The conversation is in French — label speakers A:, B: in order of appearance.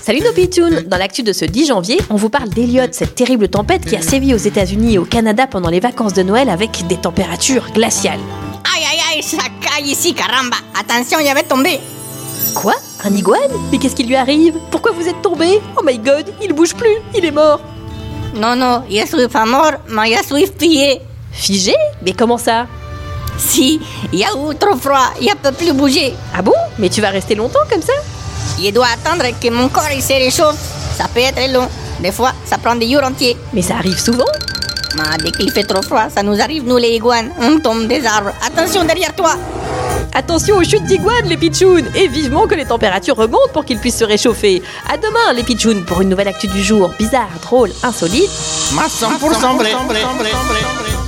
A: Salut nos pitchouns Dans l'actu de ce 10 janvier, on vous parle d'Eliott, cette terrible tempête qui a sévi aux États-Unis et au Canada pendant les vacances de Noël avec des températures glaciales.
B: Aïe aïe aïe, ça caille ici, caramba Attention, il avait tombé
A: Quoi Un iguane Mais qu'est-ce qui lui arrive Pourquoi vous êtes tombé Oh my god, il bouge plus, il est mort
B: Non, non, je suis pas mort, mais je suis pillé
A: Figé Mais comment ça
B: Si, il y a eu trop froid, je peux plus bouger
A: Ah bon Mais tu vas rester longtemps comme ça
B: Je dois attendre que mon corps il se réchauffe Ça peut être long, des fois, ça prend des jours entiers
A: Mais ça arrive souvent
B: Mais dès qu'il fait trop froid, ça nous arrive, nous les iguanes On tombe des arbres, attention derrière toi
A: Attention aux chutes d'iguanes, les pitchouns Et vivement que les températures remontent pour qu'ils puissent se réchauffer À demain, les pitchouns, pour une nouvelle actu du jour. Bizarre, drôle, insolite...
C: Mas 100%, 100% vrai.